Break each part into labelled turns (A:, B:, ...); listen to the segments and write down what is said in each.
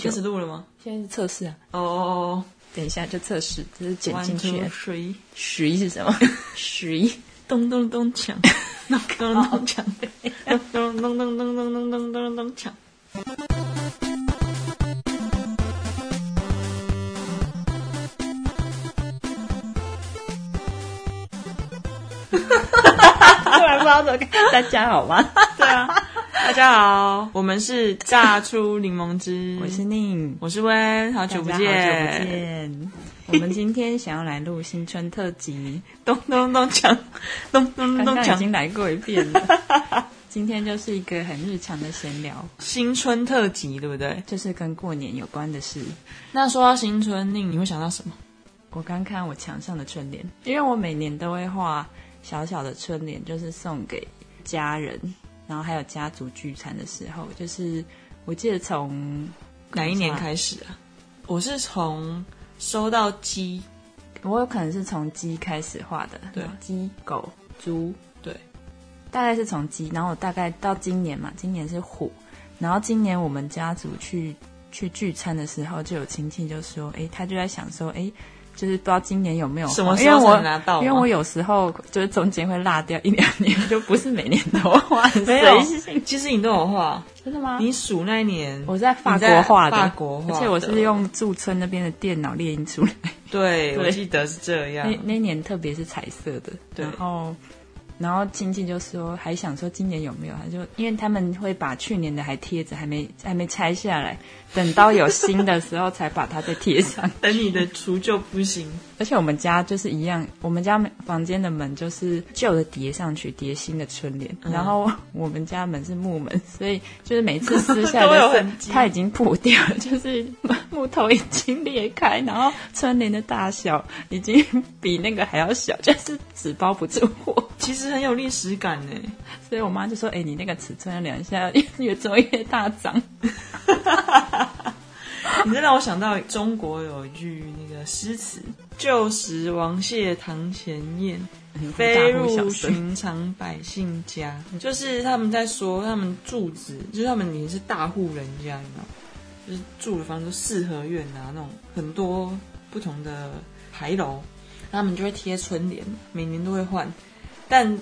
A: 开始录了吗？
B: 现在是测试啊，
A: 哦，
B: 等一下就测试，这是剪进
A: 弯
B: 去
A: 出
B: 的。
A: 水，
B: 十一是什么？ 十一
A: 咚咚咚 锵，咚咚咚锵，咚咚咚咚咚咚咚咚咚锵。
B: 突然不知道怎么跟大家好吗？
A: 对啊，大家好，我们是榨出柠檬汁，
B: 我是宁，
A: 我是温，好久不
B: 大家好久不
A: 见，
B: 见。我们今天想要来录新春特辑，
A: 咚咚咚锵，咚咚
B: 刚
A: 咚
B: 刚已
A: 锵，
B: 经来过一遍了。 今天就是一个很日常的闲聊，
A: 新春特辑对不对？
B: 就是跟过年有关的事。
A: 那说到新春令，你会想到什么？
B: 我刚看我墙上的春联，因为我每年都会画小小的春联，就是送给家人，然后还有家族聚餐的时候，就是我记得从
A: 哪一年开始啊？我是从收到鸡，
B: 我有可能是从鸡开始画的，
A: 对
B: 鸡、狗、猪，
A: 对，
B: 大概是从鸡，然后我大概到今年嘛，今年是虎，然后今年我们家族去去聚餐的时候，就有亲戚就说，诶，他就在想说，诶，就是不知道今年有没有
A: 什么
B: 因
A: 时
B: 为
A: 候
B: 我
A: 才拿到吗啊
B: 因为我有时候就是中间会落掉一两年，就不是每年都 画，很随性
A: 其实你都有画，
B: 真的吗？
A: 你数那一年，
B: 我在法
A: 你在
B: 国画的，
A: 法国画的
B: 而且我是用驻村那边的电脑列印出来。
A: 对，
B: 对哎
A: 我记得是这样
B: 那。那年特别是彩色的，
A: 啊对
B: 然后然后亲戚就说还想说今年有没有，他就因为他们会把去年的还贴着，还没还没拆下来，等到有新的时候才把它再贴上。
A: 等你的除旧布新，
B: 而且我们家就是一样，我们家房间的门就是旧的叠上去，叠新的春联，
A: 嗯
B: 然后我们家门是木门，所以就是每次 撕下来
A: 都有
B: 的时候
A: 痕迹
B: 它已经破掉了，就是木头已经裂开，然后春联的大小已经比那个还要小，就是纸包不住火。
A: 其实很有历史感呢。
B: 所以我妈就说：“哎、你那个尺寸要量一下， 越越做越大张。
A: 你这让我想到中国有一句那个诗词：“旧时王谢堂前燕，
B: 很
A: 飞
B: 大嗯忽小
A: 入
B: 声
A: 寻常百姓家。”就是他们在说他们住址，就是他们已经是大户人家，你知道吗，就是住的房子四合院啊，那种很多不同的牌楼，他们就会贴春联，每年都会换。但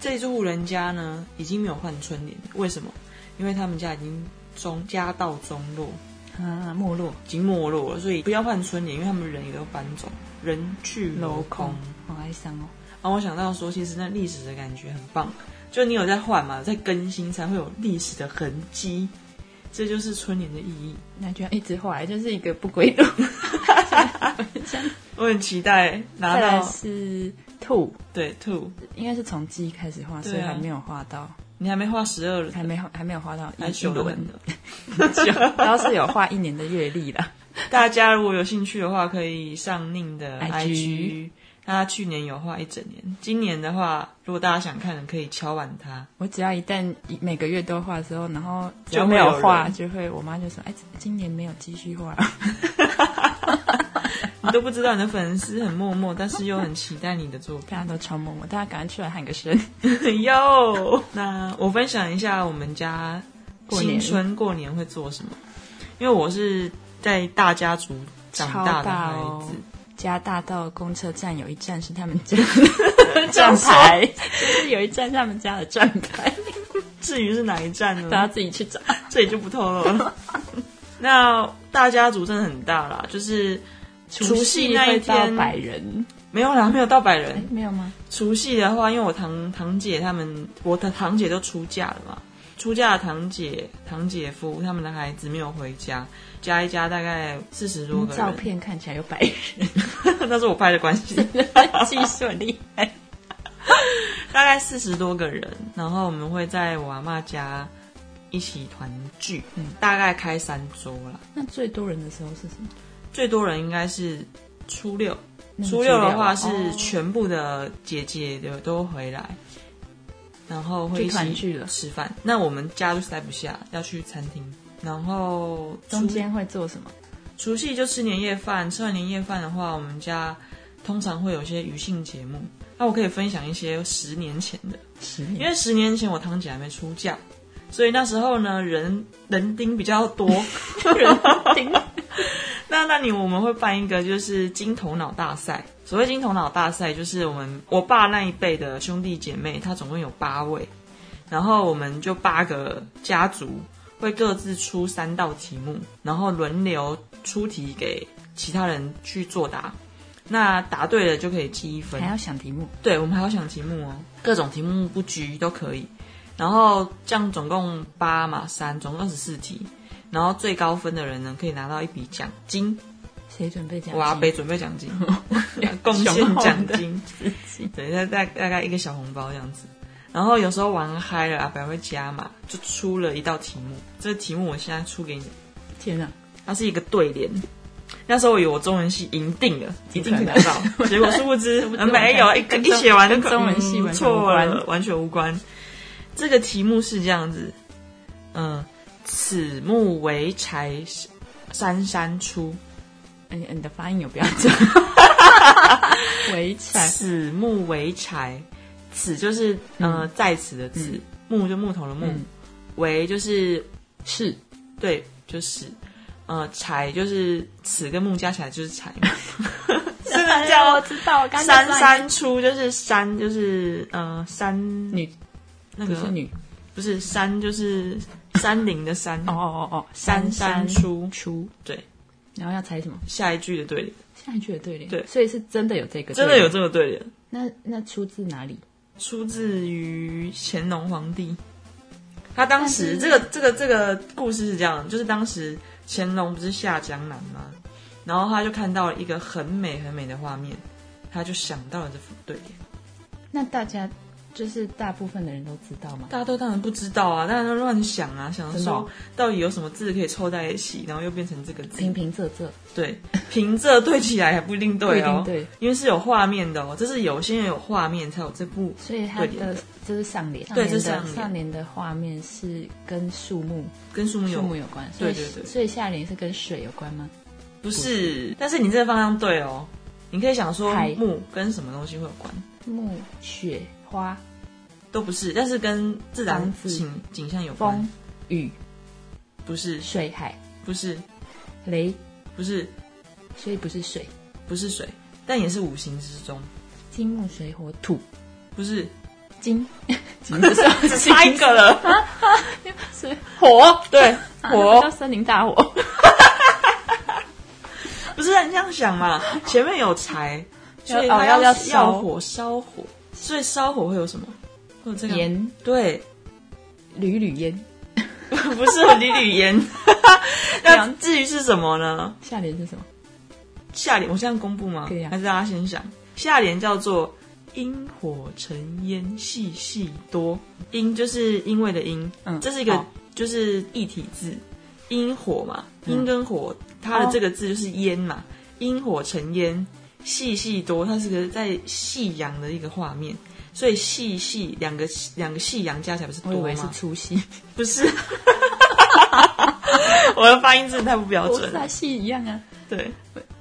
A: 这一户人家呢，已经没有换春联，为什么？因为他们家已经中家道中落，
B: 啊，没落
A: 已经嗯没落了，所以不要换春联，因为他们人也都搬走，人去楼
B: 镂
A: 空
B: 空。，好哀伤哦。
A: 然后我想到说，其实那历史的感觉很棒，就你有在换嘛，在更新才会有历史的痕迹，这就是春联的意义。
B: 那就要一直画，就是一个 不归路。”
A: 哦我很期待拿
B: 再来
A: 到
B: 是兔，
A: 对兔，
B: 应该是从鸡开始画，所以
A: 对啊
B: 还没有画到，
A: 你还没画十二
B: 还没还没有画到一
A: 还
B: 一
A: 久得
B: 轮
A: 很，呢。
B: 然后是有画一年的月历啦。
A: 大家如果有兴趣的话，可以上宁的
B: IG
A: IG，他去年有画一整年，今年的话，如果大家想看，可以敲完他。
B: 我只要一旦一每个月都画的时候，然后只
A: 就
B: 要
A: 会
B: 没
A: 有
B: 有画，
A: 人
B: 就会我妈就说：“哎，今年没有继续画。
A: 你都不知道你的粉丝很默默，但是又很期待你的作”品
B: 大。家都超萌，我大家赶快去来喊个声。
A: 哟，那我分享一下我们家
B: 过
A: 新
B: 年
A: 春过年会做什么，因为我是在大家族长大
B: 超
A: 的
B: 大
A: 孩
B: 哦
A: 子，
B: 加大到公车站有一站是他们家
A: 站
B: 站
A: 牌嗯
B: 牌，就是有一站他们家的站牌，
A: 至于是哪一站
B: 大家
A: 呢？
B: 自己去找。
A: 这里就不透露了。 那大家族真的很大啦，就是除夕那一
B: 会到
A: 天
B: 百人，
A: 没有啦，没有到百
B: 哎
A: 人。，
B: 没有吗？
A: 除夕的话，因为我堂堂姐他们，我的堂姐都出嫁了嘛，出嫁的堂姐、堂姐夫他们的孩子没有回家，加一加大概四十多个人。
B: 照片看起来有百人。
A: 那是我拍的关 系，
B: 技术很厉害。
A: 大概四十多个人，然后我们会在我阿妈家一起团聚，
B: 嗯
A: 大概开三桌啦。
B: 那最多人的时候是什么？
A: 最多人应该是初六，
B: 那个
A: 初六的话
B: 嗯初六
A: 是
B: 哦
A: 全部的姐姐都都回来，然后会
B: 就
A: 一起
B: 团聚了
A: 吃饭。那我们家就塞不下，要去餐厅。然后初
B: 中间会做什么？
A: 除夕就吃年夜饭，吃完年夜饭的话，我们家通常会有一些娱性节目。那我可以分享一些十年前的，
B: 十
A: 因，为十年前我堂姐还没出嫁，所以那时候呢，人人丁比较多。
B: 人丁，
A: 那那你我们会办一个就是金头脑大赛。所谓金头脑大赛，就是我们我爸那一辈的兄弟姐妹，他总共有八位，然后我们就八个家族会各自出三道题目，然后轮流出题给其他人去作答。那答对了就可以记一分
B: 还，要想题目，
A: 对，我们还要想题目哦，各种题目不拘都可以。然后这样总共八嘛，三，总共二十四题。然后最高分的人呢，可以拿到一笔奖金，
B: 谁准备奖金？
A: 我阿北准备奖金，贡献
B: 雄厚
A: 奖
B: 的
A: 金，对，那大大概一个小红包这样子。然后有时候玩嗨了，阿北会加嘛，就出了一道题目。这个题目我现在出给你，
B: 天哪！
A: 它是一个对联。那时候我以为我中文系赢定了，一定可以拿 到，结果殊不知
B: 不知
A: 呃没有，一
B: 跟
A: 一写完就
B: 跟中文系
A: 嗯
B: 完全无
A: 错
B: 关
A: 了，完全无关。这个题目是这样子，嗯，此木为柴杉杉出，
B: 哎，你的发音有标 准。围
A: “
B: 柴，
A: 此木为柴”，“此”就是呃在此的“此”，木就木头的“木”，
B: 嗯
A: 为就是
B: 是
A: 对就是，呃柴就是此跟木加起来就是柴 嘛， 是不是
B: 哎我
A: 叫
B: 知道，刚才
A: 山
B: 突然
A: 山出就是山就是呃山
B: 女
A: 那
B: 不
A: 个
B: 是女
A: 不是山就是山林的山
B: 哦，哦哦哦，
A: 嗯山
B: 山
A: 山出
B: 出，
A: 对，
B: 然后要猜什么？
A: 下一句的对联，
B: 下一句的对联，
A: 对
B: 所以是真的有这个，
A: 真的有。这个对联，
B: 那那出自哪里？
A: 出自于乾隆皇帝。他当时这个这个这个故事是这样，就是当时乾隆不是下江南吗？然后他就看到了一个很美很美的画面，他就想到了这副对联。
B: 那大家就是大部分的人都知道吗？
A: 大家都当然不知道啊，大家都乱想啊，想
B: 真的哦
A: 说到底有什么字可以凑在一起，然后又变成这个字。
B: 平平仄仄，
A: 对，平仄对起来还不一定对哦，
B: 不一定对
A: 因为是有画面的哦，这是有些人有画面才有这部
B: 所以它
A: 对联
B: 的
A: 的
B: 这是上联，
A: 对这是
B: 上
A: 上
B: 联的
A: 联
B: 上联的画面是跟树木
A: 跟树木
B: 树
A: 有
B: 木有关，所以
A: 对对对
B: 所以下联是跟水有关吗？
A: 不是，但是你这个方向对哦，你可以想说
B: 海
A: 木跟什么东西会有关，
B: 木、雪、花、
A: 都不是，但是跟自然
B: 房子
A: 景景象有关
B: 风，、雨、
A: 不是，
B: 水、海、
A: 不是，
B: 雷，
A: 不是，
B: 所以不是水。
A: 不是水，但也是五行之中，
B: 金木水火土
A: 不 是，
B: 金，金是什么
A: 只差一个 了，
B: 水
A: 火， 对，火
B: 火叫，森林大火，
A: 不是啊你这样想 嘛，前面有柴，所以
B: 要哦
A: 它
B: 要要
A: 要
B: 烧
A: 要火烧火，所以烧火会有什么？会有这个
B: 盐
A: 对，啊
B: 缕缕烟。
A: 不是很李语言。 那至于是什么呢？
B: 下联是什么？
A: 下联我现在公布吗？
B: 可以啊
A: 还是大家先想？下联叫做“因火成烟细细多”，因就是因为的因，
B: 嗯
A: 这是一个
B: 好
A: 就是一体字，因火嘛，
B: 嗯
A: 因跟火，它的
B: 哦
A: 这个字就是烟嘛，因火成烟细细多，它是个在夕阳的一个画面。所以细细两个两个夕阳加起来不是多
B: 我
A: 吗？
B: 以为是粗细，
A: 不 是，我的发音真的太不标
B: 我
A: 准
B: 大
A: 了。
B: 细一样啊。
A: 对，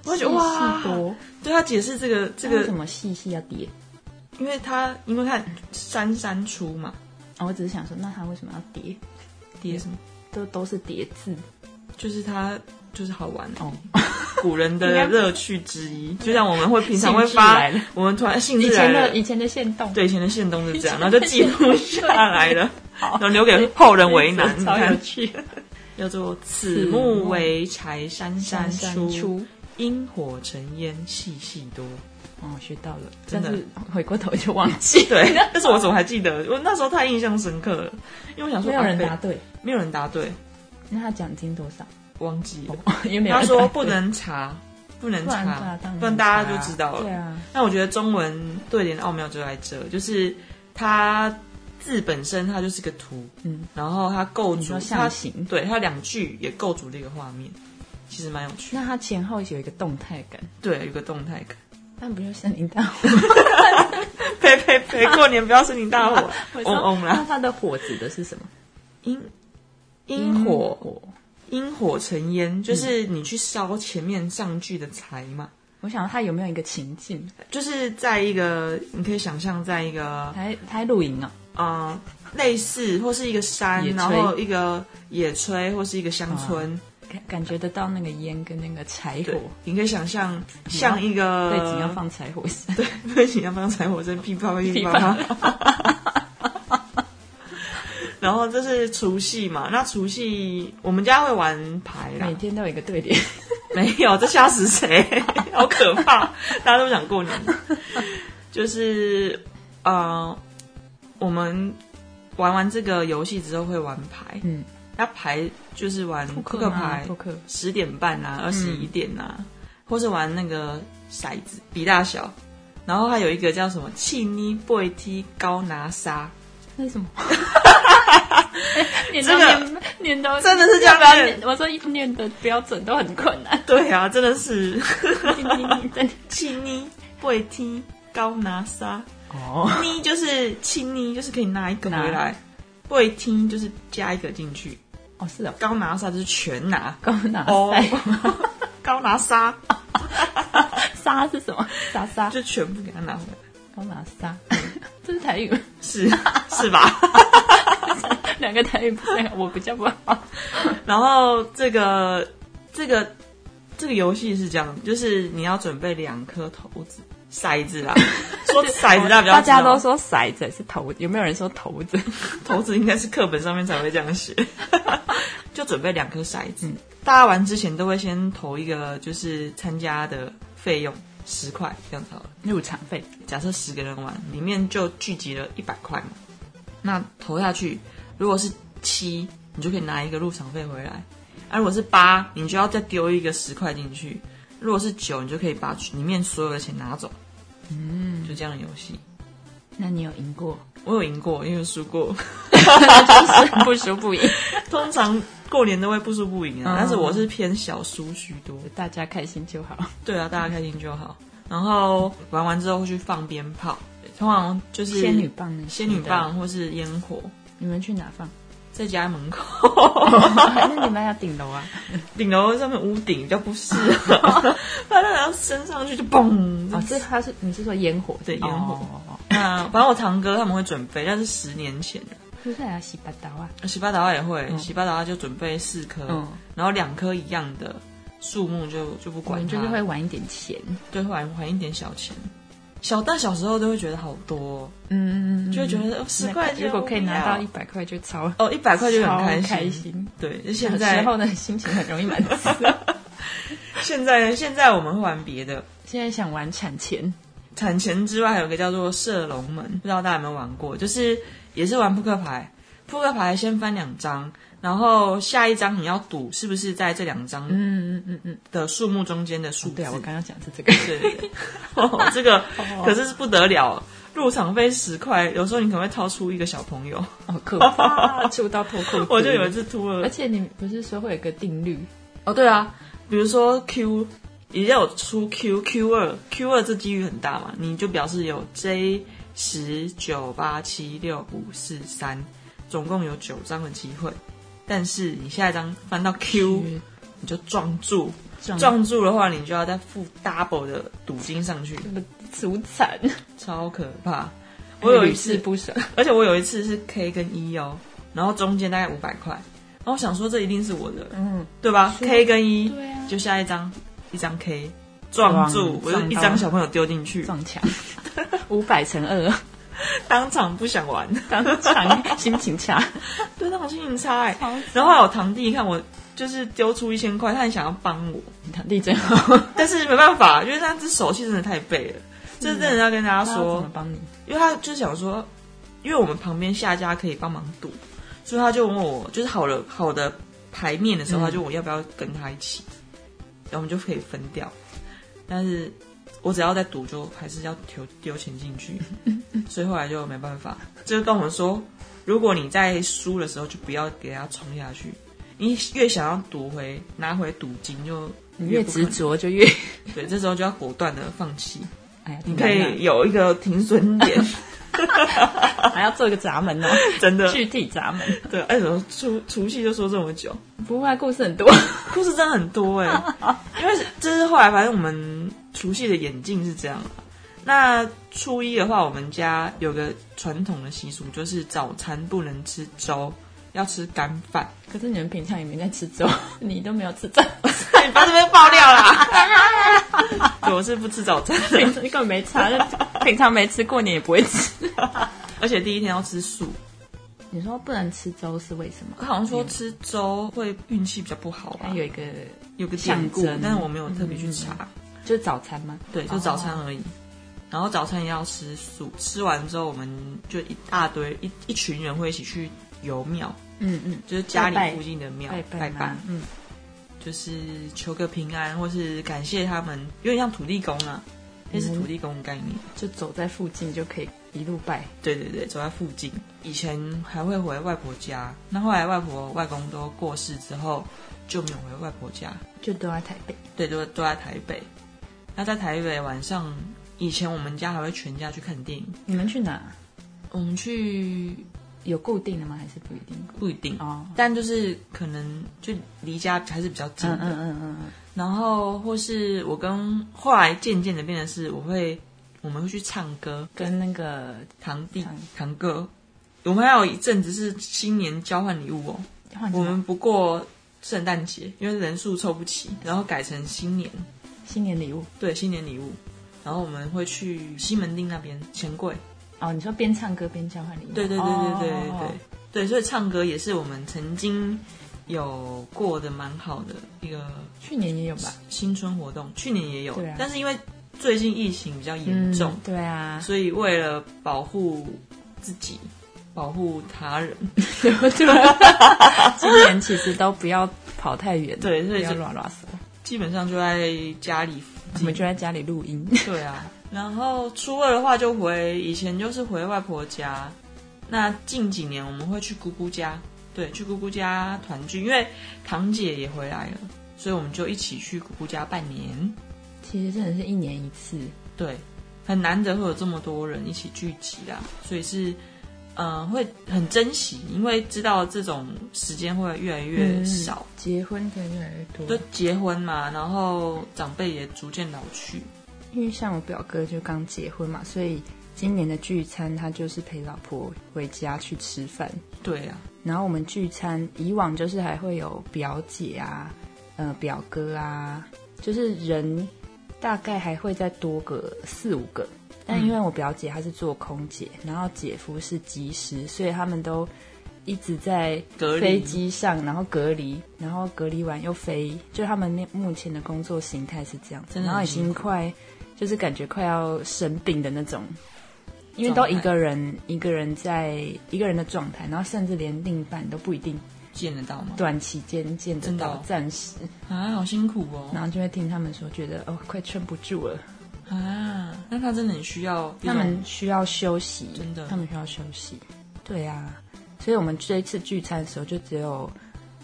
A: 我觉得哇
B: 细细多，
A: 对他解释这个这
B: 这个
A: 个
B: 什，么细细要叠？
A: 因为他因为看三三出嘛，
B: 啊，我只是想说，那它为什么要叠？
A: 叠什么，
B: 都都是叠字
A: 就是他就是好玩
B: 哦。
A: 古人
B: 应该
A: 的乐趣之一。就像我们会平常会
B: 兴致
A: 发
B: 来了，
A: 我们突然兴致
B: 以前
A: 来
B: 的
A: 了
B: 以，前的线动，
A: 对以前的线动是这样，
B: 以前的
A: 然后就记录下来 了，然后留给后人为难。你
B: 超有
A: 看，
B: 趣。
A: 叫做“此木为柴杉杉出，
B: 出，
A: 因火成烟细细多”。
B: 哦，学到了，但
A: 真的。
B: 是回过头就忘记
A: 对，但是我怎么还记得？我那时候太印象深刻了，因为我想说
B: 没有人
A: 阿贝
B: 答对，
A: 没有人答对，
B: 那他奖金多少？
A: 忘记了。
B: 因 为没有
A: 他
B: 人
A: 说
B: 答
A: 不
B: 对
A: 能查， 不能
B: 不然对
A: 查
B: 啊，当然
A: 不然大
B: 不
A: 家
B: 能
A: 就
B: 查
A: 知道
B: 对
A: 了。
B: 啊，
A: 那我觉得中文对联的奥妙就在这，就是它字本身它就是个图，
B: 嗯，
A: 然后它构
B: 你
A: 筑
B: 说
A: 它
B: 象形
A: 对它两句也构筑了一个画面，其实蛮有趣的。
B: 那它前后有一个动态感，
A: 对，有个动态感。
B: 那不就森林大 火？
A: 呸呸 呸！过年不要森林大火
B: 我，说
A: 嗡嗡
B: 那
A: 啦！
B: 它的火指的是什么？
A: 因因火
B: 火。嗯
A: 因火成烟，就是你去烧前面上句的柴嘛，
B: 我想它有没有一个情境？
A: 就是在一个你可以想象，在一个
B: 它它露营啊，
A: 呃类似或是一个山
B: 野，
A: 然
B: 炊啊
A: 后一个野炊或是一个乡村，
B: 感感觉得到那个烟跟那个柴火
A: 对，，你可以想象像一个
B: 背景要 放柴火声，对，
A: 背景要放柴火声，噼啪噼啪
B: 噼
A: 然后这是除夕嘛，那除夕我们家会玩牌啦
B: 每，天都有一个 对联，
A: 没有，这吓死 谁？好可怕！大家都不想过年，就是呃，我们玩完这个游戏之后会玩牌，
B: 嗯，
A: 那牌就是玩扑克
B: 吗
A: 牌
B: 扑，克，
A: 十点半啊，二十一点啊，或是玩那个骰子比大小，然后还有一个叫什么气妮贝踢高拿沙，
B: 那是什么？ 念
A: 这
B: 到
A: 个
B: 念念到
A: 真的是这样
B: 要不要
A: 念
B: 念？我说念的标准都很困难。
A: 对啊，真的是
B: 你你你真的
A: 气妮贝踢高拿 沙，
B: 哦，
A: 妮就是气妮，就是可以拿一个回来，贝踢就是加一个进去，
B: 哦是哦，
A: 高拿沙就是全拿，
B: 高拿
A: 哦
B: 塞，
A: 高拿沙
B: 沙是什么？沙沙
A: 就全部给它拿回来，
B: 高拿沙， 这是台语吗，
A: 是 是吧？
B: 两个台语不是我比较不
A: 哦
B: 好。
A: 然后这个这个这个游戏是这样，就是你要准备两颗骰子，骰子 啦，说骰子大家比较
B: 大家
A: 知道
B: 都说骰子是头，有没有人说头子？
A: 骰子应该是课本上面才会这样 写，就准备两颗骰子。
B: 嗯
A: 大家玩之前都会先投一个，就是参加的费用十块这样子好了。
B: 入场费
A: 假设十个人玩，里面就聚集了一百块嘛。那投下去，如果是七，你就可以拿一个入场费回来；啊，如果是八，你就要再丢一个十块进去；如果是九，你就可以把里面所有的钱拿走。嗯，就这样的游戏，
B: 那你有赢 过？
A: 我有赢过，也有输过。
B: 就是不输不赢，
A: 通常过年都会不输不赢啊，
B: 嗯
A: 但是我是偏小输许多。
B: 大家开心就好。
A: 对啊，大家开心就好。然后玩完之后会去放鞭炮，通常就是
B: 仙女棒啊呢？
A: 仙女棒，或是烟火，
B: 你们去 哪放？
A: 在家门口，
B: 还是哦你们要顶楼啊？
A: 顶楼上面屋顶比较不适合，反正然后升上去就嘣。
B: 哦，这他是你是说烟火
A: 对烟火
B: 哦哦哦
A: 那反正我堂哥他们会准备，但是十年前了。
B: 不是还要洗八刀啊？
A: 洗巴达瓦也会，洗巴达瓦就准备四颗，
B: 嗯
A: 然后两颗一样的树木就就不
B: 我
A: 管
B: 们
A: 它，
B: 嗯就是会玩一点钱，
A: 对会还还一点小钱。小但小时候都会觉得好多哦、
B: 嗯，
A: 就会觉得哦十
B: 那
A: 块钱
B: 如果可以拿
A: 我
B: 到
A: 不
B: 一
A: 要
B: 百块就超
A: 哦一百块就很
B: 开
A: 开心，
B: 心。
A: 对，就
B: 小
A: 现
B: 时
A: 在
B: 候呢，心情很容易满足。
A: 现在现在我们会玩别的，
B: 现在想玩产钱，
A: 产前之外，还有一个叫做射龙门，不知道大家有没有玩过？就是也是玩扑克牌，扑克牌先翻两张，然后下一张你要赌是不是在这两张
B: 嗯嗯嗯嗯，
A: 的数目中间的数字。
B: 对啊，我刚刚讲的是这个，
A: 对对 对，哦，这个可是是不得了，入场费十块，有时候你可能会掏出一个小朋友，
B: 好 可怕，出啊到脱裤子。
A: 我就有一，次秃了
B: 而。且你不是说会有一个定律？
A: 哦，对啊，比如说 Q，也要有出 Q Q 二 Q 二，这几率很大嘛，你就表示有 J 十九八七六五四三，总共有九张的机会。但是你下一张翻到 Q，你就撞住，
B: 撞
A: 撞住的话，你就要再付 double 的赌金上去，
B: 足惨，
A: 超可怕。我有一
B: 屡
A: 次
B: 试不爽。
A: 而且我有一次是 K 跟一哦，然后中间大概五百块，然后我想说这一定是我的，
B: 嗯，
A: 对吧
B: 是
A: ？K 跟一，
B: 对啊
A: 就下一张一张 K 撞住，
B: 撞
A: 我就一张小朋友丢进去，
B: 撞墙， 五百乘二，
A: 当场不想玩，
B: 当场心情差，
A: 对，当场心情差哎、
B: 超
A: 然后还有堂弟看我就是丢出一千块，他很想要帮我，
B: 堂弟真好。
A: 但是没办法，因为那只手气真的太背了，这真的要跟大家
B: 他
A: 说
B: 怎么，帮你？
A: 因为他就想说，因为我们旁边下家可以帮忙赌，所以他就问我，就是好了好的牌面的时候，
B: 嗯
A: 他就问我要不要跟他一起，然后我们就可以分掉。但是我只要在赌，就还是要丢丢钱进 去，所以后来就没办法，就是跟我们说，如果你在输的时候，就不要给他冲下去。你越想要赌回拿回赌金就，
B: 你越
A: 不可
B: 执
A: 能
B: 着就越……
A: 对，这时候就要果断的放弃。
B: 哎呀，
A: 你
B: 你
A: 可以有一个停损 点，
B: 还要做一个闸门 哦，
A: 真的。
B: 具体闸门。
A: 对，哎，怎么除除夕就说这么 久？
B: 不会，故事很多。
A: 故事真 的很多哎、因为这是后来，反正我们除夕的演进是这样啊。那初一的话，我们家有个传统的习俗，就是早餐不能吃粥，要吃干饭。
B: 可是你们平常也没在吃粥，你都没有吃 粥，
A: 你哎把这边爆料啦！ 对，我是不吃早餐的，
B: 平常根本没差，平常没吃，过年也不会吃。
A: 而且第一天要吃素。
B: 你说不能吃粥是为什么？
A: 他好像说吃粥会运气比较不好吧嗯
B: 它？有一个
A: 哎有个典故
B: 象征，
A: 但是我没有特别去查。
B: 就是早餐吗？
A: 对，就早餐而已。然后早餐也要吃素，吃完之后我们就一大堆一一群人会一起去游庙，
B: 嗯嗯，
A: 就是家
B: 拜
A: 里
B: 拜
A: 附近的庙
B: 拜
A: 拜
B: 吗嗯，
A: 就是求个平安，或是感谢他们，有点像土地公啊，那是
B: 嗯
A: 土地公的概念。
B: 就走在附近就可以一路拜。
A: 对对对，走在附近。以前还会回外婆家，那后来外婆外公都过世之后，就没有回外婆家，
B: 就都在台北，
A: 对，都都在台北。那在台北晚上，以前我们家还会全家去看电影，
B: 你们去哪？
A: 我们去
B: 有固定的吗？还是不一定？
A: 不一定，
B: 哦，
A: 但就是可能就离家还是比较近
B: 嗯
A: 的。
B: 嗯嗯嗯嗯，
A: 然后或是我跟后来渐渐的变成是，我会我们会去唱歌，
B: 跟那个
A: 堂弟
B: 唱
A: 堂哥。我们还有一阵子是新年交换礼物哦，
B: 换
A: 我们不过圣诞节，因为人数凑不齐，然后改成新年，
B: 新年礼物
A: 对新年礼物。然后我们会去西门町那边钱柜，
B: 哦，你说边唱歌边交换礼物，
A: 对对对对对对对、
B: 哦
A: 对，所以唱歌也是我们曾经有过的蛮好的一个
B: 去年也有吧，
A: 新春活动，去年也有，
B: 对啊
A: 但是因为最近疫情比较严重，
B: 嗯对啊，
A: 所以为了保护自己，保护他人，
B: 对，啊今年其实都不要跑太远，
A: 对所以
B: 不要
A: 就
B: 拉拉手，
A: 基本上就在家里
B: 我们就在家里录音，
A: 对啊，然后初二的话就回以前就是回外婆家，那近几年我们会去姑姑家，对，去姑姑家团聚，因为堂姐也回来了，所以我们就一起去姑姑家拜年。
B: 其实真的是一年一次，
A: 对，很难得会有这么多人一起聚集啦，所以是。嗯，会很珍惜，因为知道这种时间会越来越
B: 嗯
A: 少。
B: 结婚可能越来越多
A: 就，结婚嘛，然后长辈也逐渐老去，
B: 因为像我表哥就刚结婚嘛，所以今年的聚餐他就是陪老婆回家去吃饭，
A: 对啊，
B: 然后我们聚餐以往就是还会有表姐啊，呃表哥啊，就是人大概还会再多个四五个。但因为我表姐她是做空姐，
A: 嗯
B: 然后姐夫是机师，所以他们都一直在
A: 隔离
B: 飞机上，然后隔离，然后隔离完又飞，就他们那目前的工作形态是这样子，
A: 真的
B: 然
A: 很
B: 后已
A: 辛
B: 经快就是感觉快要生病的那种因为都一个人一个人在一个人的状态，然后甚至连另一半都不一定
A: 见得到吗？
B: 短期间见得
A: 真的
B: 到
A: 哦，
B: 暂时，
A: 啊，好辛苦哦。
B: 然后就会听他们说，觉得哦，快撑不住了，
A: 啊，那他真的很需要一
B: 他
A: 种
B: 们需要休息，
A: 真的
B: 他们需要休息，对啊，所以我们这一次聚餐的时候，就只有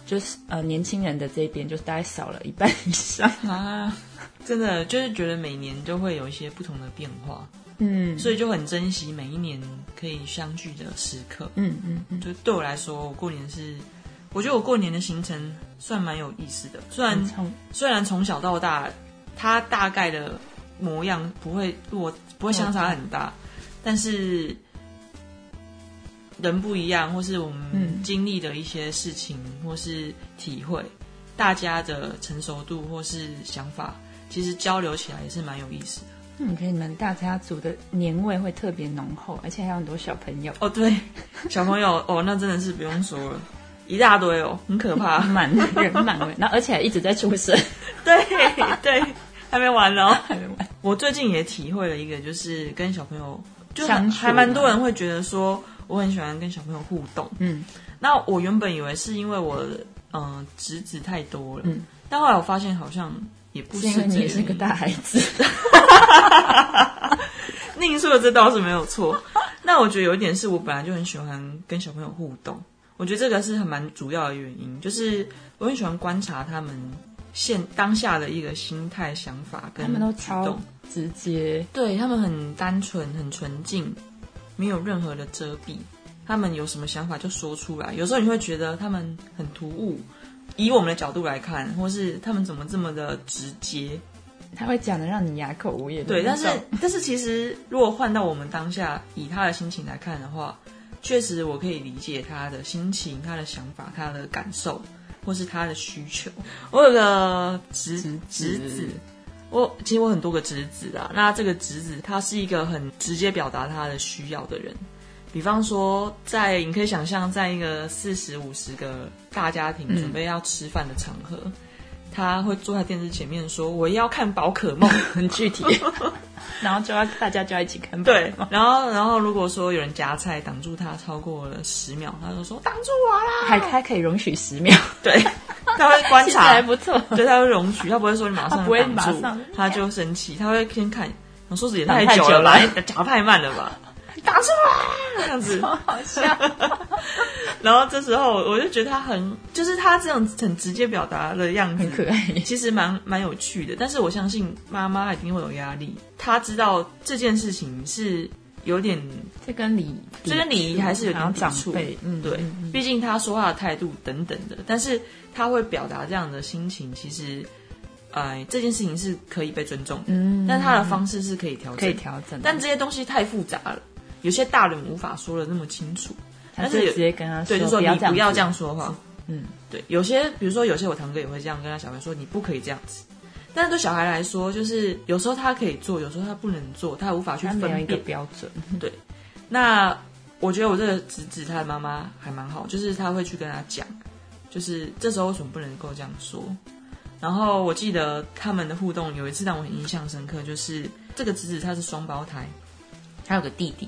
B: 就是呃年轻人的这一边，就是大概少了一半以 上，
A: 啊，真的就是觉得每年都会有一些不同的变化，
B: 嗯
A: 所以就很珍惜每一年可以相聚的时刻。
B: 嗯嗯嗯，
A: 就对我来说，我过年是，我觉得我过年的行程算蛮有意思的，虽然
B: 从
A: 虽然从小到大，它大概的模样不会落，不会相差很大，但是人不一样，或是我们
B: 嗯
A: 经历的一些事情，或是体会，大家的成熟度或是想法，其实交流起来也是蛮有意思的。
B: 那我觉得嗯你们大家族的年味会特别浓厚，而且还有很多小朋友，
A: 哦，对，小朋友， 哦，那真的是不用说了，一大堆哦，很可怕。
B: 满人满味，然后而且还一直在出生，
A: 对对， 还没完哦。
B: 还没完。
A: 我最近也体会了一个，就是跟小朋友，就
B: 相
A: 很
B: 处
A: 还蛮
B: 嘛
A: 多人会觉得说，我很喜欢跟小朋友互动。
B: 嗯，
A: 那我原本以为是因为我嗯侄子太多了，
B: 嗯
A: 但后来我发现好像也不是
B: 是因为你
A: 这
B: 也是
A: 原
B: 个
A: 因
B: 大孩子，
A: 宁说的这倒是没有错。那我觉得有一点是我本来就很喜欢跟小朋友互动，我觉得这个是很蛮主要的原因，就是我很喜欢观察他们现当下的一个心态、想法跟
B: 他们都
A: 举动
B: 超直接，
A: 对他们很单纯、很纯净，没有任何的遮蔽。他们有什么想法就说出来。有时候你会觉得他们很突兀，以我们的角度来看，或是他们怎么这么的直接，
B: 他会讲的让你哑口无言的
A: 对，
B: 那
A: 但
B: 种。
A: 是但是其实如果换到我们当下，以他的心情来看的话，确实我可以理解他的心情、他的想法、他的感受，或是他的需求。我有个侄
B: 侄
A: 侄
B: 子
A: 子。我其实我很多个侄子啊，那这个侄子他是一个很直接表达他的需要的人，比方说在你可以想象，在一个四十五十个大家庭
B: 嗯
A: 准备要吃饭的场合，他会坐在电视前面说我要看宝可梦，
B: 很具体，然后就要大家就要一起看
A: 对
B: 宝可，梦
A: 然后然后如果说有人夹菜挡住他超过了十秒，他就说挡住我啦。
B: 还还可以容许十秒，
A: 对， 他会观
B: 其实
A: 察
B: 还，不错。
A: 对，他会容许，他不会说你马上
B: 他不会
A: 挡住
B: 马上
A: 他就生气，他会先看，我说时间
B: 挡
A: 太
B: 太
A: 久
B: 久
A: 了吧
B: 了，
A: 夹太慢了吧，挡住我啦，这样 子。
B: 好笑，
A: 然后这时候我就觉得他很，就是他这种很直接表达的样子，
B: 很可爱。
A: 其实蛮蛮有趣的，但是我相信妈妈一定会有压力。她知道这件事情是有点
B: 这跟礼，
A: 这跟礼仪还是有点
B: 好像
A: 抵
B: 长
A: 触
B: 辈，嗯，
A: 对
B: 嗯，
A: 毕竟他说话的态度等等的，但是他会表达这样的心情，其实，呃，这件事情是可以被尊重的，
B: 嗯
A: 但他的方式是可以调
B: 可以
A: 整的。
B: 调整，
A: 但这些东西太复杂了，有些大人无法说的那么清楚。
B: 他
A: 但
B: 就是
A: 有
B: 直接跟他
A: 对，就说
B: 不
A: 你
B: 要
A: 不要
B: 子
A: 这样说话。
B: 嗯，
A: 对，有些比如说有些我堂哥也会这样跟他小孩说，你不可以这样子。但是对小孩来说，就是有时候他可以做，有时候他不能做，他无法去
B: 他
A: 分
B: 没有一
A: 辨
B: 个。标准，
A: 那我觉得我这个侄子他的妈妈还蛮好，就是他会去跟他讲，就是这时候为什么不能够这样说。然后我记得他们的互动有一次让我很印象深刻，就是这个侄子他是双胞胎，他有个弟弟，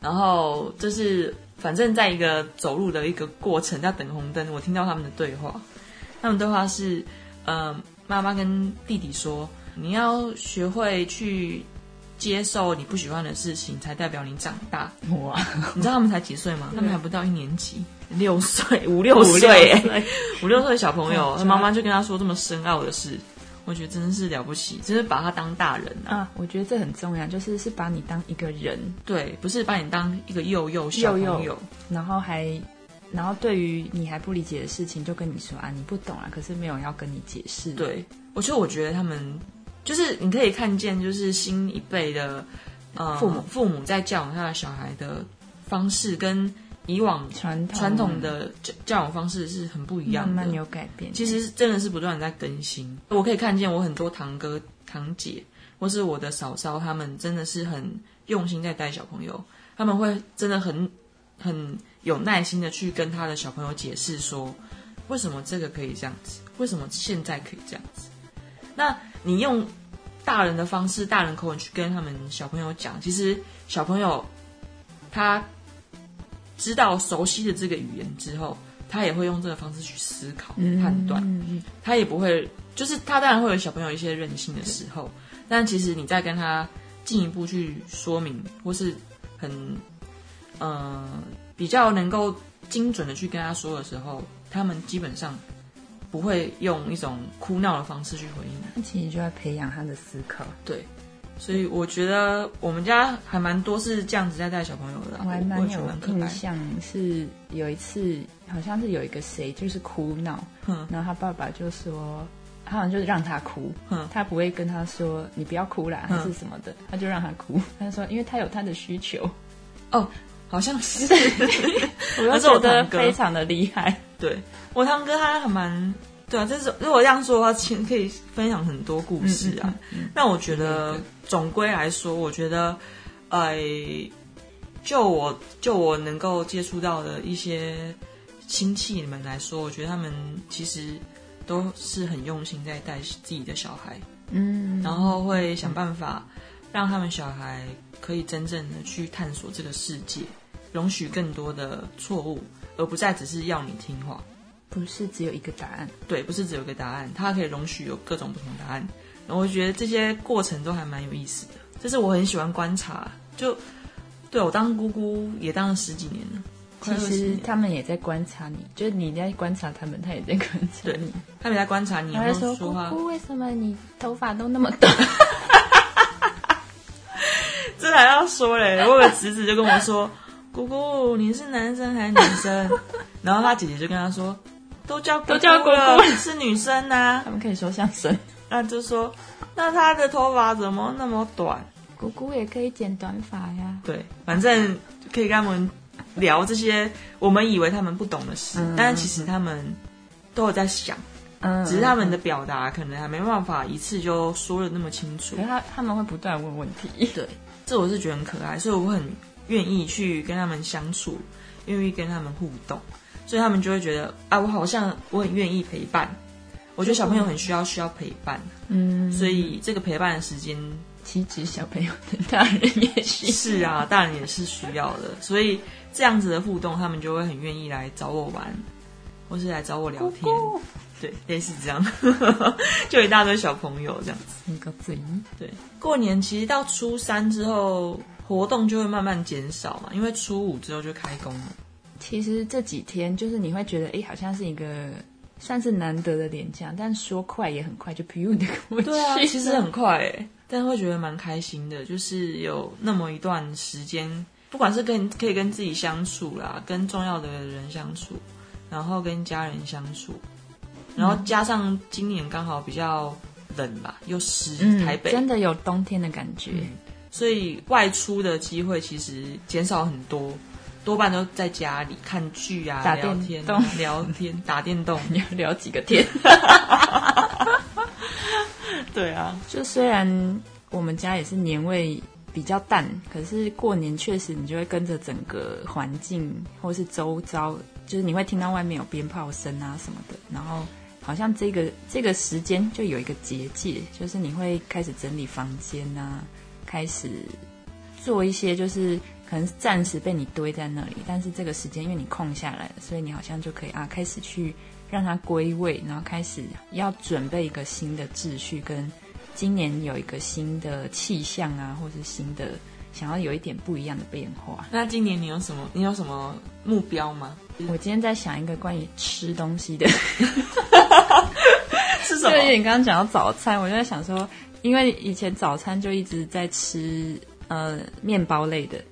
A: 然后就是反正在一个走路的一个过程，在等红灯，我听到他们的对话，他们对话是，呃，妈妈跟弟弟说，你要学会去接受你不喜欢的事情，才代表你长大。
B: 哇，
A: 你知道他们才几岁吗？他们还不到一年级，六岁， 五
B: 五
A: 六
B: 六
A: 岁、欸，
B: 岁，
A: 五六岁的小朋友，
B: 嗯
A: 他妈妈就跟他说这么深奥的事，我觉得真是了不起，真是把他当大人啊。
B: 啊，我觉得这很重要，就是是把你当一个人，
A: 对，不是把你当一个幼幼小朋
B: 幼
A: 友
B: 幼。然后还，然后对于你还不理解的事情，就跟你说啊，你不懂啊，可是没有人要跟你解释。，啊
A: 对，我觉得我觉得他们就是你可以看见，就是新一辈的呃
B: 父母
A: 父母在教养他的小孩的方式，跟以往
B: 传统
A: 传统的教教养方式是很不一样的。
B: 慢慢有改变。
A: 其实真的是不断的在更新。我可以看见我很多堂哥、堂姐，或是我的嫂嫂，他们真的是很用心在带小朋友，他们会真的很很有耐心的去跟他的小朋友解释说，为什么这个可以这样子，为什么现在可以这样子。那你用大人的方式、大人口吻去跟他们小朋友讲，其实小朋友他知道熟悉的这个语言之后，他也会用这个方式去思考、
B: 嗯
A: 判断。
B: 嗯嗯
A: 他也不会，就是他当然会有小朋友一些任性的时候，但其实你在跟他进一步去说明，或是很呃比较能够精准的去跟他说的时候，他们基本上不会用一种哭闹的方式去回应你。
B: 那其嗯实就嗯要培养他的思考。
A: 对，所以我觉得我们家还蛮多是这样子在带小朋友的啊、
B: 我还
A: 我
B: 蛮
A: 也觉
B: 有
A: 得蛮可
B: 印
A: 爱。
B: 象，是有一次好像是有一个谁就是哭闹，
A: 嗯
B: 然后他爸爸就说。他好像就是让他哭，
A: 嗯
B: 他不会跟他说你不要哭啦，
A: 嗯
B: 还是什么的，他就让他哭。 他说，因为他有他的需求，
A: 哦，好像是。
B: 我就
A: 那是我
B: 觉得
A: 堂哥
B: 非常的厉 害。
A: 对我堂哥他还蛮对啊，这是如果这样说的话，其实可以分享很多故事
B: 嗯
A: 啊。那我觉得总归来说，我觉得，呃，就我就我能够接触到的一些亲戚们来说，我觉得他们其实都是很用心在带自己的小孩，
B: 嗯，
A: 然后会想办法让他们小孩可以真正的去探索这个世界，容许更多的错误，而不再只是要你听话。
B: 不是只有一个答案，
A: 对，不是只有一个答案，它可以容许有各种不同答案。然后我觉得这些过程都还蛮有意思的，这是我很喜欢观察。就对我当姑姑也当了十几年了，快
B: 其
A: 二十
B: 实
A: 年。
B: 他们也在观察你，就是你在观察他们，他也在观察你。
A: 他们在观察你有
B: 他
A: 没
B: 会
A: 有
B: 说：“
A: 说
B: 姑
A: 话，
B: 姑，为什么你头发都那么 短
A: 这还要说嘞。我有个侄子就跟 我说：“姑姑，你是男生还是女生？”然后他姐姐就跟他说：“都叫
B: 都叫
A: 姑
B: 姑姑
A: 了
B: 了，
A: 是女生呐、
B: 他们可以说相声，
A: 那就说，那她的头发怎么那么短？
B: 姑姑也可以剪短发呀。
A: 对，反正可以跟他们聊这些我们以为他们不懂的事，
B: 嗯
A: 但是其实他们都有在想，
B: 嗯，
A: 只是他们的表达可能还没办法一次就说的那么清楚
B: 可。是他他们会不断问问题。
A: 对，这我是觉得很可爱，所以我很愿意去跟他们相处，愿意跟他们互动，所以他们就会觉得啊，我好像我很愿意陪伴。我觉得小朋友很需要需要陪伴，
B: 嗯，
A: 所以这个陪伴的时间
B: 岂止小朋友，大人也需
A: 是啊，大人也是需要的，所以这样子的互动，他们就会很愿意来找我玩，或是来找我聊天，
B: 姑
A: 对，类似这样， 就一大堆小朋友这样子。
B: 一个嘴。
A: 对，过年其实到初三之后，活动就会慢慢减少嘛，因为初五之后就开工了。
B: 其实这几天就是你会觉得，哎，好像是一个算是难得的连假，但说快也很快就 biu 的过去。
A: 对啊，其实很快诶、但会觉得蛮开心的，就是有那么一段时间，不管是跟可以跟自己相处啦，跟重要的人相处，然后跟家人相处，然
B: 嗯
A: 后加上今年刚好比较冷吧，又湿，
B: 嗯，
A: 台北，
B: 真的有冬天的感觉。
A: 所以外出的机会其实减少很多，多半都在家里看剧啊、
B: 打
A: 聊
B: 电
A: 天、
B: 动
A: 聊天、打电 动。
B: 你要 聊几个天？
A: 对啊，
B: 就虽然我们家也是年味比较淡，可是过年确实你就会跟着整个环境或是周遭，就是你会听到外面有鞭炮声啊什么的，然后好像这个这个时间就有一个结界，就是你会开始整理房间啊，开始做一些就是。可能是暂时被你堆在那里，但是这个时间因为你空下来了，所以你好像就可以啊，开始去让它归位，然后开始要准备一个新的秩序跟今年有一个新的气象啊，或是新的想要有一点不一样的变化。
A: 那今年你有什么？你有什么目标吗？
B: 我今天在想一个关于吃东西的，
A: 是什
B: 就
A: 么？
B: 是你刚刚讲到早餐，我就在想说，因为以前早餐就一直在吃呃面包类的，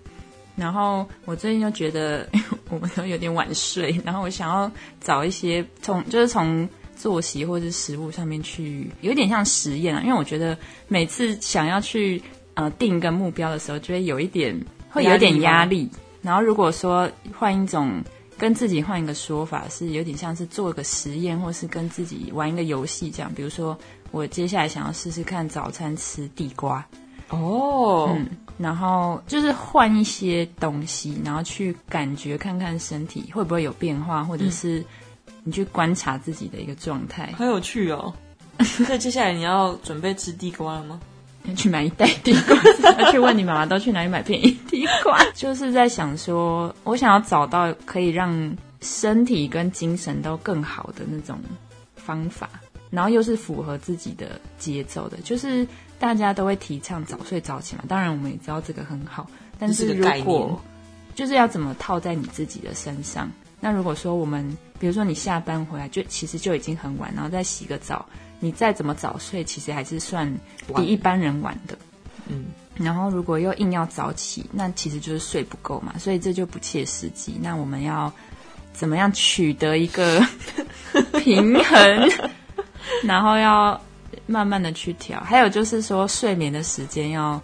B: 然后我最近就觉得 我们都有点晚睡，然后我想要找一些从就是从作息或者食物上面去，有点像实验啊，因为我觉得每次想要去呃定一个目标的时候，就会有一点会有点压
A: 压力吗
B: 力，然后如果说换一种。跟自己换一个说法，是有点像是做个实验，或是跟自己玩一个游戏这样。比如说，我接下来想要试试看早餐吃地瓜，
A: 哦，
B: 嗯，然后就是换一些东西，然后去感觉看看身体会不会有变化，或者是你去观察自己的一个状态。
A: 好有趣 哦。所以接下来你要准备吃地瓜了吗？
B: 要去买一袋地瓜，要去问你妈妈都去哪里买便宜地 瓜。就是在想说，我想要找到可以让身体跟精神都更好的那种方法，然后又是符合自己的节奏的。就是大家都会提倡早睡早起嘛，当然我们也知道这个很好，
A: 嗯
B: 但
A: 这
B: 是
A: 是
B: 如
A: 个概念
B: 果就是要怎么套在你自己的身上？那如果说我们，比如说你下班回来就其实就已经很晚，然后再洗个澡，你再怎么早睡，其实还是算比
A: 晚
B: 一般人晚的。
A: 嗯，
B: 然后如果又硬要早起，那其实就是睡不够嘛，所以这就不切实际。那我们要怎么样取得一 个平衡，然后要慢慢的去调。还有就是说，睡眠的时间要，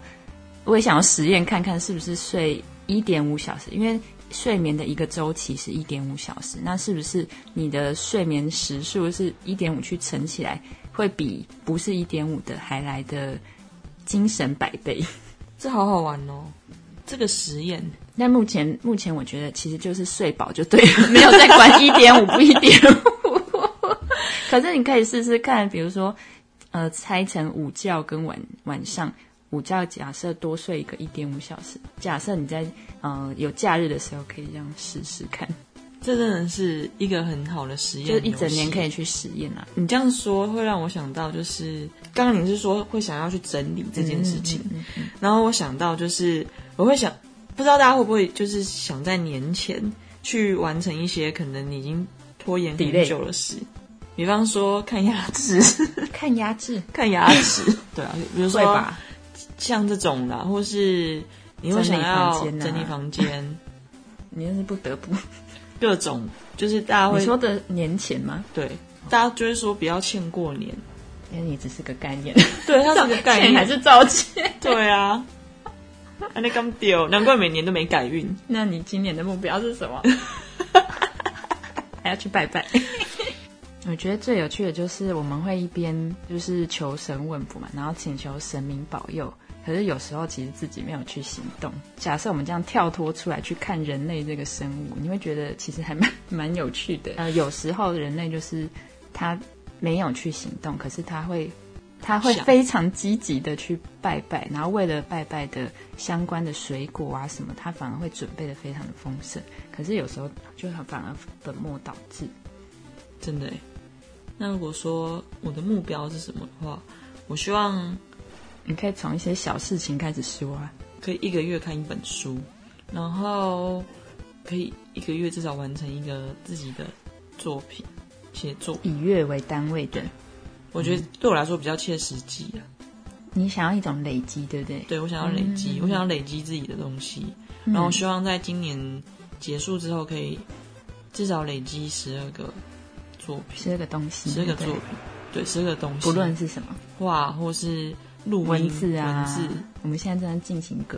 B: 我也想要实验看看是不是睡一点五小时，因为睡眠的一个周期是一点五小时，那是不是你的睡眠时数是一点五去乘起来，会比不是一点五的还来的精神百倍？
A: 这好好玩哦。这个实验，
B: 但目前目前我觉得其实就是睡饱就对了， 没有再管一点五不一点五。可是你可以试试看，比如说，呃，拆成午觉跟晚晚上午觉，假设多睡一个一点五小时，假设你在呃有假日的时候可以这样试试看，
A: 这真的是一个很好的实验，
B: 就是一整年可
A: 以。
B: 以去实验啊。
A: 你这样说会让我想到，就是刚刚你是说会想要去整理这件事情，
B: 嗯
A: 然后我想到就是我会想，不知道大家会不会就是想在年前去完成一些可能你已经拖延
B: Delay
A: 很久的事，比方说看牙齿，
B: 看压制
A: 看牙 齿，对啊，比如说
B: 会吧？
A: 像这种啦，或是你会想要
B: 整
A: 整
B: 理房间啊
A: 理房间，
B: 你真是不得不
A: 各种，就是大家
B: 你
A: 会
B: 说的年前吗？
A: 对，大家就会说不要欠过年，
B: 因为你只是个概念，
A: 对，它是个概
B: 欠
A: 念，
B: 还是照欠？
A: 对啊。啊，那刚丢，难怪每年都没改运。
B: 那你今年的目标是什么？还要去拜拜。我觉得最有趣的就是我们会一边就是求神问卜嘛，然后请求神明保佑。可是有时候其实自己没有去行动。假设我们这样跳脱出来去看人类这个生物，你会觉得其实还蛮蛮有趣的。呃，有时候人类就是他没有去行动，可是他会他会
A: 想
B: 非常积极的去拜拜，然后为了拜拜的相关的水果啊什么，他反而会准备的非常的丰盛。可是有时候就反而本末倒置。
A: 真的欸。那如果说我的目标是什么的话，我希望
B: 你可以从一些小事情开始说啊。
A: 可以一个月看一本书，然后可以一个月至少完成一个自己的作品写作。
B: 以月为单位的，
A: 我觉得对我来说比较切实际啊。
B: 你想要一种累积，对不对？
A: 对我想要累积，
B: 嗯
A: 我想要累积自己的东西，然后我希望在今年结束之后可以至少累积十二个作品，
B: 十二个东西，
A: 十二个
B: 对
A: 作
B: 不对
A: 品，对，十二个东西，
B: 不论是什么
A: 画或是录音
B: 文字啊，
A: 嗯文字
B: 我们现在正在进行歌，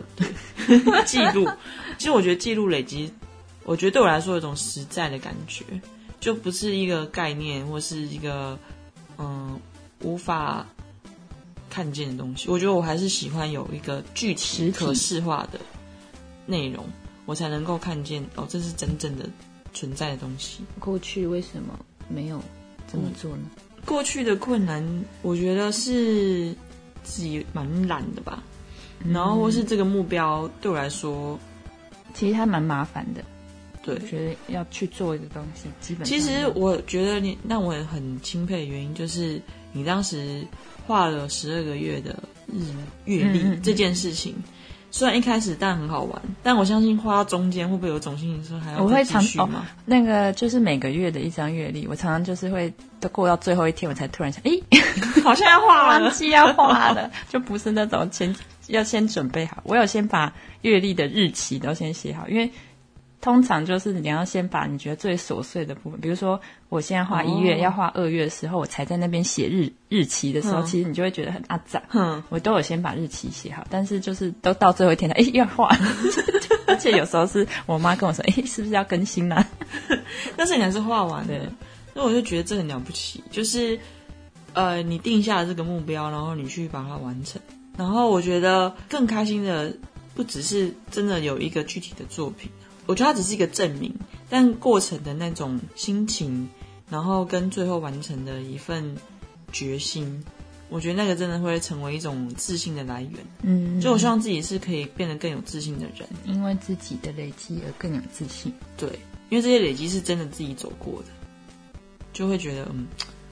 A: 记录。其实我觉得记录累积，我觉得对我来说有一种实在的感觉，就不是一个概念或是一个嗯无法看见的东西。我觉得我还是喜欢有一个具
B: 实
A: 体
B: 体
A: 可视化的内容，我才能够看见哦，这是真正的存在的东西。
B: 过去为什么没有这么做呢？
A: 过去的困难，我觉得是自己蛮懒的吧。然后，或是这个目标对我来说，
B: 其实它蛮麻烦的，
A: 对
B: 我，觉得要去做一个东西，基本上
A: 其实我觉得你让我很钦佩的原因，就是你当时画了十二个月的日月历、
B: 嗯嗯嗯
A: 这件事情。虽然一开始但很好玩，但我相信画到中间会不会有种心情说还要
B: 我会哦
A: 再继续
B: 尝
A: 吗？
B: 那个就是每个月的一张月历，我常常就是会都过到最后一天，我才突然想，诶，
A: 好像要画
B: 忘
A: 了，
B: 记要画了， 就不是那种先要先准备好。我有先把月历的日期都先写好，因为通常就是你要先把你觉得最琐碎的部分，比如说我现在画一月、
A: 哦
B: 要画二月的时候，我才在那边写日日期的时候，
A: 嗯
B: 其实你就会觉得很阿杂。
A: 哼，
B: 我都有先把日期写好，但是就是都到最后一天了，哎，要画， 而且有时候是我妈跟我说，哎，是不是要更新啦、
A: 但是你还是画完
B: 对
A: 了，那我就觉得这很了不起，就是呃，你定下了这个目标，然后你去把它完成。然后我觉得更开心的不只是真的有一个具体的作品，我觉得它只是一个证明，但过程的那种心情，然后跟最后完成的一份决心，我觉得那个真的会成为一种自信的来源。
B: 嗯，
A: 所以我希望自己是可以变得更有自信的人，
B: 因为自己的累积而更有自信。
A: 对，因为这些累积是真的自己走过的，就会觉得嗯，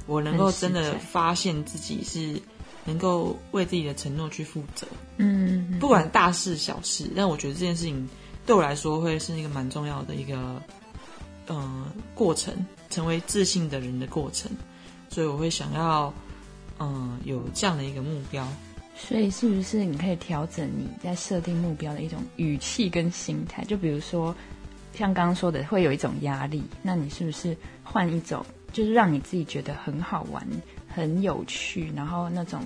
A: 我能够
B: 很实
A: 真的
B: 在
A: 发现自己是能够为自己的承诺去负责，
B: 嗯，
A: 不管大事小事，但我觉得这件事情对我来说会是一个蛮重要的一个嗯、呃过程，成为自信的人的过程，所以我会想要嗯、呃有这样的一个目标。
B: 所以是不是你可以调整你在设定目标的一种语气跟心态？就比如说，像刚刚说的，会有一种压力，那你是不是换一种，就是让你自己觉得很好玩、很有趣，然后那种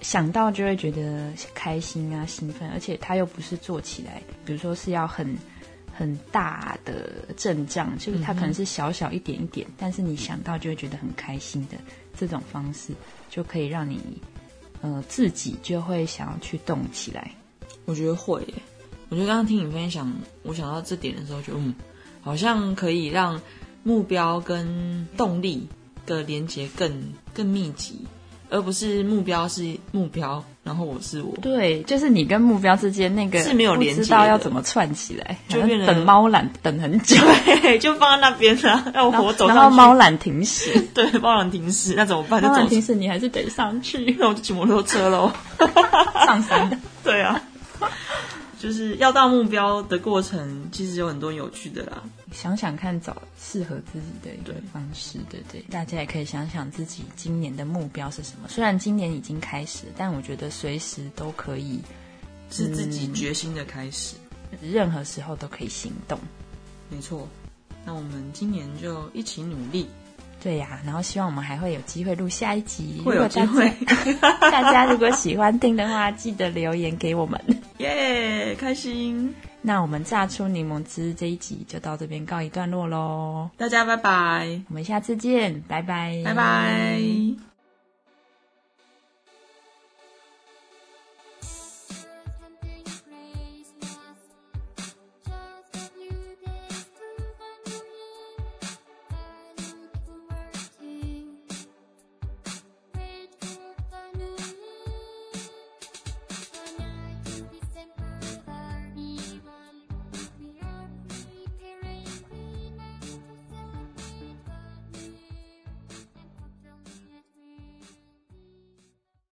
B: 想到就会觉得开心啊、兴奋，而且它又不是做起来，比如说是要很。很大的阵仗，就是它可能是小小一点一点，但是你想到就会觉得很开心的这种方式，就可以让你呃自己就会想要去动起来。
A: 我觉得会耶。我觉得刚刚听你分享，我想到这点的时候，觉得嗯，好像可以让目标跟动力的连接更更密集，而不是目标是目标，然后我是我，
B: 对，就是你跟目标之间那个
A: 是没有连接
B: 不
A: 的
B: 知道要怎么串起来，
A: 就
B: 好像
A: 变得
B: 等猫缆等很久，
A: 对，就放在那边啦，让
B: 然
A: 我
B: 后
A: 我走
B: 然后
A: 上去，
B: 猫缆停驶，
A: 对，包揽停驶，那怎么办？就
B: 猫缆
A: 走
B: 停，驶你还是得上去
A: 那我就骑摩托车喽。
B: 上山。
A: 对啊，就是要到目标的过程，其实有很多有趣的啦。
B: 想想看，找适合自己的一个方式，对不对？大家也可以想想自己今年的目标是什么。虽然今年已经开始，但我觉得随时都可以，
A: 是
B: 嗯
A: 自己决心的开始，
B: 任何时候都可以行动。
A: 没错。那我们今年就一起努力，
B: 对呀、然后希望我们还会有机会录下一集。
A: 会有机会，
B: 大家大家如果喜欢听的话，记得留言给我们。
A: 耶开心！
B: 那我们榨出柠檬汁这一集就到这边告一段落喽，
A: 大家拜拜，
B: 我们下次见，拜拜，
A: 拜拜。